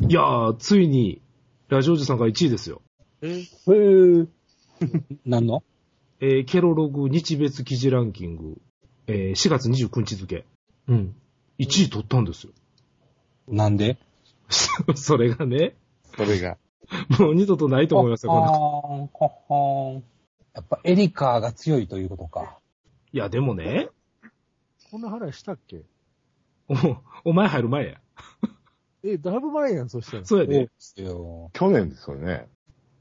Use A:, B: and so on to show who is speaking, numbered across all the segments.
A: いやー、ついに、ラジオジさんが1位ですよ。
B: え
C: へ ぇー。何の
A: えーケロログ日別記事ランキング、えー4月29日付。うん。1位取ったんですよ。
C: なんで
A: それがね、
B: それが。
A: もう二度とないと思いますよ、こんなこと
C: ほーん、ほほーん。やっぱエリカーが強いということか。
A: いや、でもね、
D: こんな話したっけ
A: お、お前入る前や。
D: え、だいぶ前やん、そしたら。
A: そうやで。
C: ですよ。
B: 去年ですよね。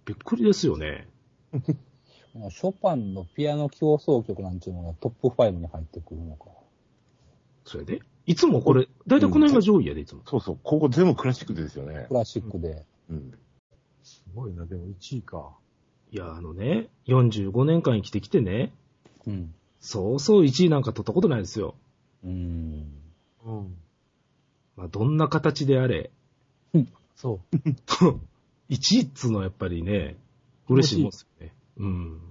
A: びっくりですよね。
C: もうショパンのピアノ協奏曲なんていうのがトップ5に入ってくるのか。
A: それで。いつもこれ、だいたいこの辺が上位やで、いつも。
B: そうそう、ここ全部クラシックですよね
C: ク。ラシックで。
B: うん。
D: すごいな、でも1位か。
A: いや、あのね、45年間生きてきてね、
C: うん。
A: そうそう1位なんか取ったことないですよ。
C: うん。
D: うん。
A: まあ、どんな形であれ、
D: そ
A: 1位 っつうのはやっぱりね、嬉しいもんですよね。うん。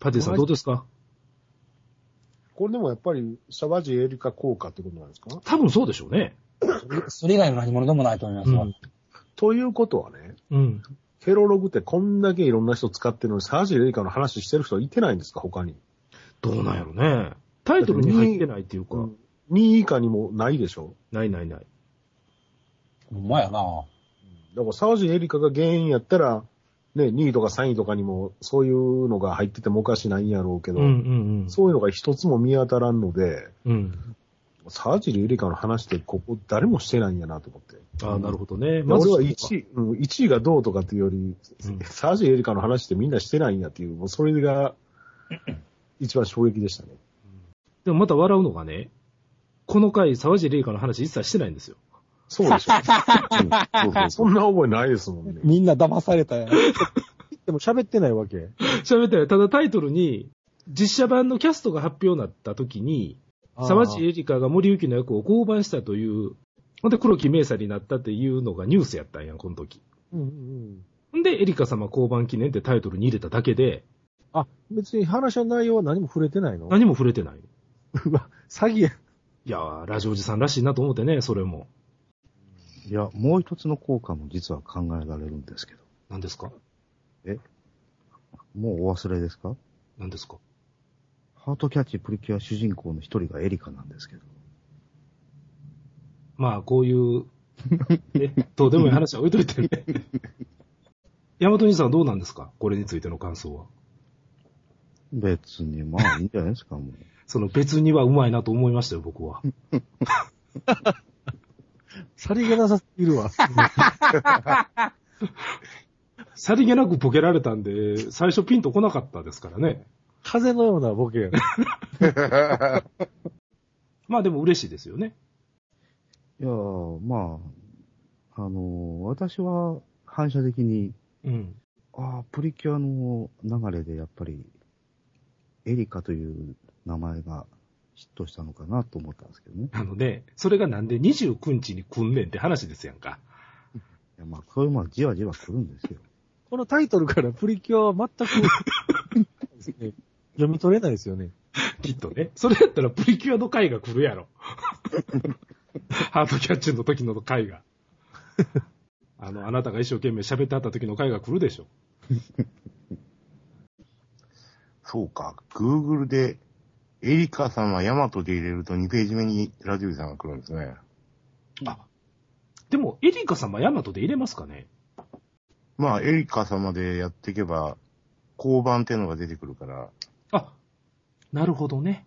A: パティさんどうですか
D: う。これでもやっぱり、シャワジエリカ効果ってことなんですか
A: 多分そうでしょうね。
C: それ以外の何者でもないと思いますわ。
A: うん
D: ということはね、
A: うん。
D: ケロログってこんだけいろんな人使ってるのに、シャワジエリカの話してる人いてないんですか、他に。
A: どうなんやろね。タイトルに入ってないっていうか、
D: 2位以下にもないでしょ
A: ないないない。
C: ほんまやな。
D: だから、沢尻エリカが原因やったら、ね、2位とか3位とかにも、そういうのが入っててもおかしないんやろうけど、
A: うんうん。
D: そういうのが一つも見当たらんので、
A: うん。
D: 沢尻エリカの話ってここ誰もしてないんやなと思って。
A: ああ、なるほどね。
D: 俺は
A: 位。
D: 1位、うん、1位がどうとかっていうより、
A: うん
D: 沢尻エリカの話ってみんなしてないんやっていう、もうそれが、一番衝撃でしたね。
A: でもまた笑うのがね、この回、沢尻玲香の話一切してないんですよ。
D: そう でしょ。
B: うんそうそうそ
D: そんな覚えないですもんね。
C: みんな騙されたよ。
E: でも喋ってないわけ
A: 喋ったよ。ただタイトルに、実写版のキャストが発表になった時に、沢地エリカが森幸の役を降板したという、ほんで黒木明細になったっていうのがニュースやったんや、この時。
E: うんうん。
A: ほんで、エリカ様降板記念ってタイトルに入れただけで、
E: あ、別に話の内容は何も触れてないの
A: 何も触れてない。
E: うわ、詐欺や。
A: いやー、ラジオジさんらしいなと思ってね、それも。
B: ういや、もう一つの効果も実は考えられるんですけど。
A: 何ですか
B: もうお忘れですか
A: 何ですか
B: ハートキャッチプリキュア主人公の一人がエリカなんですけど。
A: まあ、こう いう、ね、どうでもいい話は置いといてね。ヤマト兄さんはどうなんですかこれについての感想は。
B: 別に、まあいいんじゃないですか、もう。
A: その別にはうまいなと思いましたよ、僕は。
E: さりげなさすぎるわ。
A: さりげなくボケられたんで、最初ピンとこなかったですからね。
E: 風のようなボケやな。
A: まあでも嬉しいですよね。
B: いやー、まあ、あのー私は反射的に、
A: うん。
B: ああ、プリキュアの流れでやっぱり、エリカという名前がヒットしたのかなと思ったんですけどね。
A: なので、それがなんで29日に来んねんって話ですやんか。
B: いやまあ、そういうものはじわじわ来るんですよ。
E: このタイトルからプリキュアは全くですね、読み取れないですよね。
A: きっとね。それやったらプリキュアの回が来るや ろ。ハートキャッチの時の回が。あの、あなたが一生懸命喋ってあった時の回が来るでしょ。
F: そうか、Google で、エリカ様、ヤマトで入れると2ページ目にラジオさんが来るんですね。
A: でも、エリカ様ヤマトで入れますかね
F: まあ、エリカ様でやっていけば、交番っていうのが出てくるから、
A: あ、なるほど ね。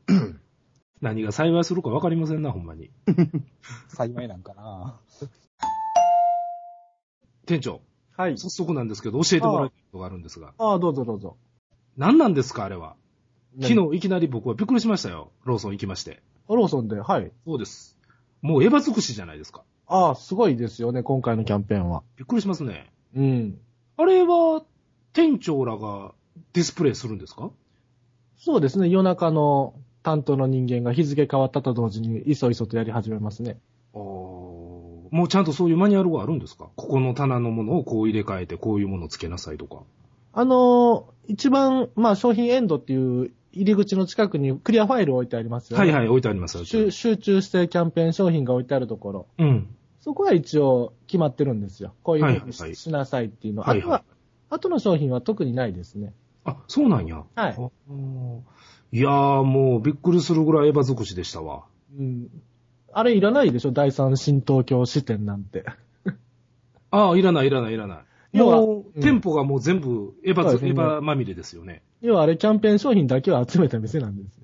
A: 何が幸いするかわかりませんな、ほんまに。
C: 幸いなんかな。
A: 店長、
E: はい。
A: 早速なんですけど、教えてもらいたいことがあるんですが。
E: ああ、どうぞどうぞ。
A: 何なんですか、あれは。昨日いきなり僕はびっくりしましたよ。ローソン行きまして。
E: アローソンで、はい。
A: そうです。もうエヴァ尽くしじゃないですか。
E: ああ、すごいですよね、今回のキャンペーンは。
A: びっくりしますね。
E: うん。
A: あれは、店長らがディスプレイするんですか
E: そうですね、夜中の担当の人間が日付変わったと同時に、いそいそとやり始めますね。
A: あーもうちゃんとそういうマニュアルがあるんですかここの棚のものをこう入れ替えて、こういうものをつけなさいとか。
E: あのー一番、まあ、商品エンドっていう入り口の近くにクリアファイル置いてありますよ
A: は
E: ね。
A: いはい、置いてあります。
E: しゅ集中してキャンペーン商品が置いてあるところ。
A: うん。
E: そこは一応決まってるんですよ。こういうふうに
A: はいはい
E: ししなさいっていうの。
A: はい
E: あとは、あとの商品は特にないですね。
A: あ、そうなんや。
E: はい
A: あーいやーもうびっくりするぐらいエヴァ尽くしでしたわ。
E: うん。あれいらないでしょ第三新東京支店なんて。
A: ああ、いらないいらないいらない。
E: 要は
A: もう、
E: うん
A: 店舗がもう全部エヴ
E: そ
A: ァ
E: うで
A: ず、
E: すね
A: エヴァまみれですよね。
E: 要はあれキャンペーン商品だけを集めた店なんですよ。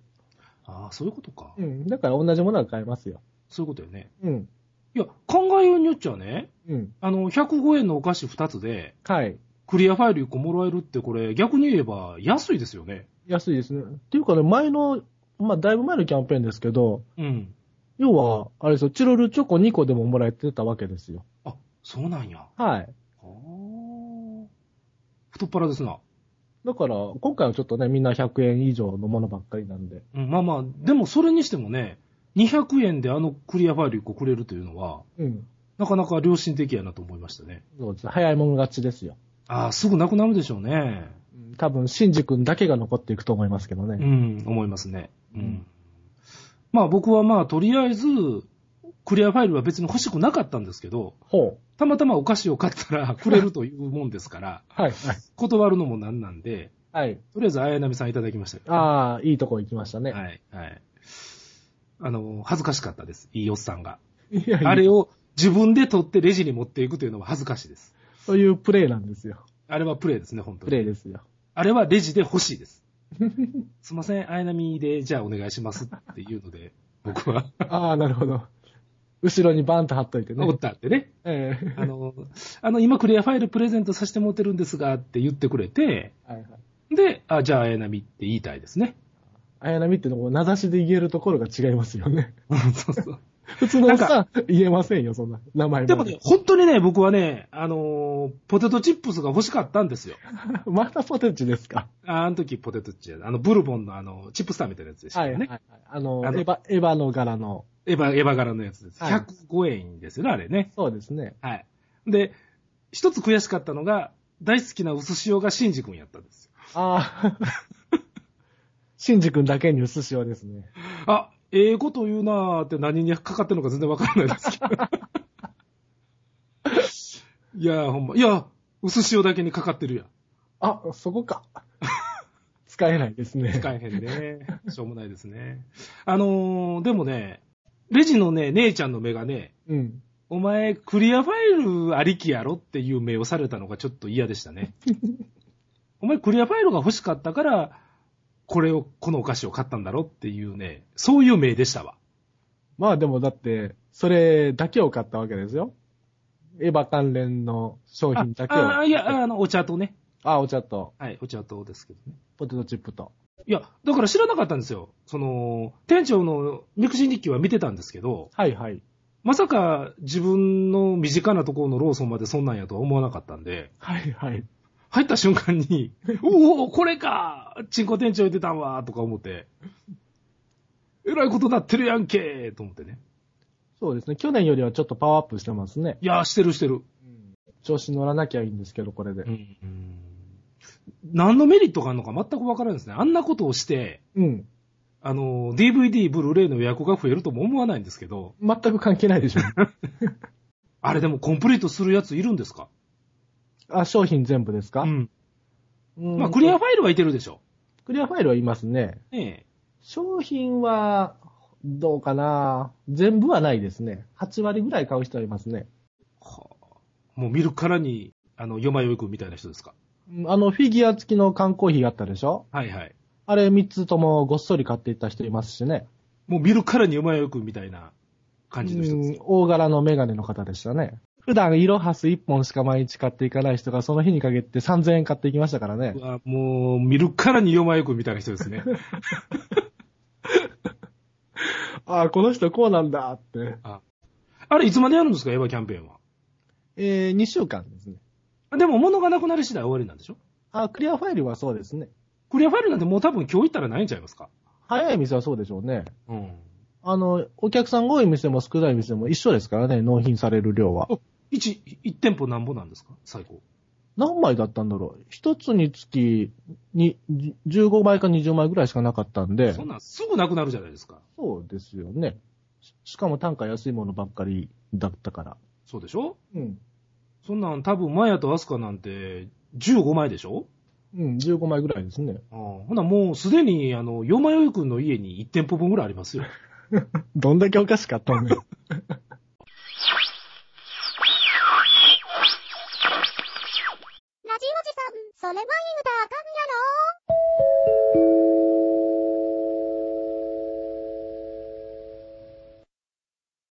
A: ああ、そういうことか。
E: うん。だから同じものは買えますよ。
A: そういうことよね。
E: うん。
A: いや、考えようによっちゃね、
E: うん。
A: あの、105円のお菓子2つで、
E: はい。
A: クリアファイル1個もらえるってこれ、逆に言えば安いですよね。
E: 安いですね。っていうかね、前の、まあ、だいぶ前のキャンペーンですけど、
A: うん。
E: 要は、あれですよ、チロルチョコ2個でももらえてたわけですよ。
A: あ、そうなんや。
E: はい。
A: あー太っ腹ですな。
E: だから、今回はちょっとね、みんな100円以上のものばっかりなんで。
A: うん、まあまあ、でもそれにしてもね、200円であのクリアファイル1個くれるというのは、
E: うん。
A: なかなか良心的やなと思いましたね。
E: そうです。早いもん勝ちですよ。
A: ああ、すぐなくなるでしょうね。
E: うん多分、シンジ君だけが残っていくと思いますけど
A: う
E: ね。
A: ん、思いますね。う
E: うんん。
A: まあ僕はまあ、とりあえず、クリアファイルは別に欲しくなかったんですけど、
E: ほう。
A: たまたまお菓子を買ったら くれるというもんですから、
E: はい。
A: 断るのもなんなんで、
E: はい。
A: とりあえず綾波さんいただきましたよ。
E: ああ、いいとこ行きましたね。
A: はい、はい。あの、恥ずかしかったです。いいおっさんが。
E: い、やいや
A: あれを自分で取ってレジに持っていくというのは恥ずかしいです。
E: そういうプレイなんですよ。
A: あれはプレイですね、本当
E: プレ
A: に。
E: イですよ。
A: あれはレジで欲しいです。すいません、綾波で、じゃあお願いしますっていうの で、僕は、
E: ああ、なるほど。後ろにバンと貼っといてね
A: お。ったってね。
E: ええ
A: あの、あの、今クリアファイルプレゼントさせてもらってるんですが、って言ってくれて、
E: はいはい。
A: で、あ、じゃあ綾波って言いたいです ね。
E: 綾波ってのも名指しで言えるところが違いますよね。
A: そうそう。
E: 普通のおっさん言えませんよ、そんな。名前も。
A: でもね、本当にね、僕はね、あのーポテトチップスが欲しかったんですよ。
E: またポテチですか。
A: ああの時ポテトチップス、あの、ブルボンのあの、チップスターみたいなやつでした
E: はい
A: よ
E: は
A: ね。
E: いはい。あの、
A: あの
E: エヴァ、エヴァの柄の。
A: エヴァ、エヴァ柄のやつです。
E: はい
A: 105円ですよね、あれね。
E: そうですね。
A: はい。で、一つ悔しかったのが、大好きな薄塩がシンジ君やったんですよ。
E: ああ。 シンジ君だけに薄塩ですね。
A: あ、ええこと言うなーって何にかかってるのか全然わからないですけど。 いやー、ほんま。いや、薄塩だけにかかってるやん。
E: あ、そこか。使えないですね。
A: 使えへんね。しょうもないですね。あのー、でもね、レジのね、姉ちゃんの目がね、
E: うん。
A: お前、クリアファイルありきやろっていう目をされたのがちょっと嫌でした ね。お前、クリアファイルが欲しかったから、これを、このお菓子を買ったんだろっていうね、そういう目でしたわ。
E: まあでもだって、それだけを買ったわけですよ。エヴァ関連の商
A: あ
E: 品だけを。
A: あ、いや、あの、お茶とね。
E: あ、お茶と、
A: はい、お茶とですけどね。
E: ポテトチップと。
A: いや、だから知らなかったんですよ。その、店長のミクシー日記は見てたんですけど、
E: はいはい。
A: まさか自分の身近なところのローソンまでそんなんやとは思わなかったんで、
E: はいはい。
A: 入った瞬間に、おお、これかチンコ店長言ってたんわとか思って、えらいことなってるやんけと思ってね。
E: そうですね。去年よりはちょっとパワーアップしてますね。
A: いやー、してるしてる。
E: 調子乗らなきゃいいんですけど、これで。
A: うん何のメリットがあるのか全くわからないですね。あんなことをして、
E: うん。
A: あの、DVD、ブルーレイの予約が増えるとも思わないんですけど、
E: 全く関係ないでしょ。
A: あれでもコンプリートするやついるんですか
E: あ、商品全部ですか、
A: ん。
E: うん
A: まあ、クリアファイルはいてるでしょ。
E: クリアファイルはいますね。
A: ね
E: 商品は、どうかな全部はないですね。8割ぐらい買う人はいますね。
A: え。はあ、もう見るからに、あの、よまよいくんみたいな人ですか。
E: うんあの、フィギュア付きの缶コーヒーがあったでしょ
A: はいはい。
E: あれ3つともごっそり買っていった人いますしね。
A: もう見るからによまよいくんみたいな感じの人です
E: うん大柄のメガネの方でしたね。普段、イロハス1本しか毎日買っていかない人が、その日に限って3000円買っていきましたからね
A: う。わもう、見るからによまよいくんみたいな人 ですね。
E: ああ、この人こうなんだって。
A: あれ、いつまでやるんですか、エヴァキャンペーンは。
E: えー、2週間ですね。
A: でも、物がなくなり次第終わりなんでしょ
E: あクリアファイルはそうですね。
A: クリアファイルなんてもう多分今日行ったらないんちゃいますか
E: 早い店はそうでしょうね。
A: うん。
E: あの、お客さんが多い店も少ない店も一緒ですからね、納品される量は。
A: 1、一店舗なんぼなんですか最高。
E: 何枚だったんだろう。一つにつき、に、じ15枚か20枚ぐらいしかなかったんで
A: そ、んなんすぐなくなるじゃないですか。
E: そうですよね。ししかも単価安いものばっかりだったから。
A: そうでしょ
E: うん。
A: そんなん多分マヤとアスカなんて15枚でしょ
E: うん、15枚ぐらいですね。
A: ああほなもうすでに、あの、ヨマヨイ君の家に1店舗分ぐらいありますよ。
E: どんだけおかしかったのよ。
G: ラジオジさん、それは言うたらあかんやろ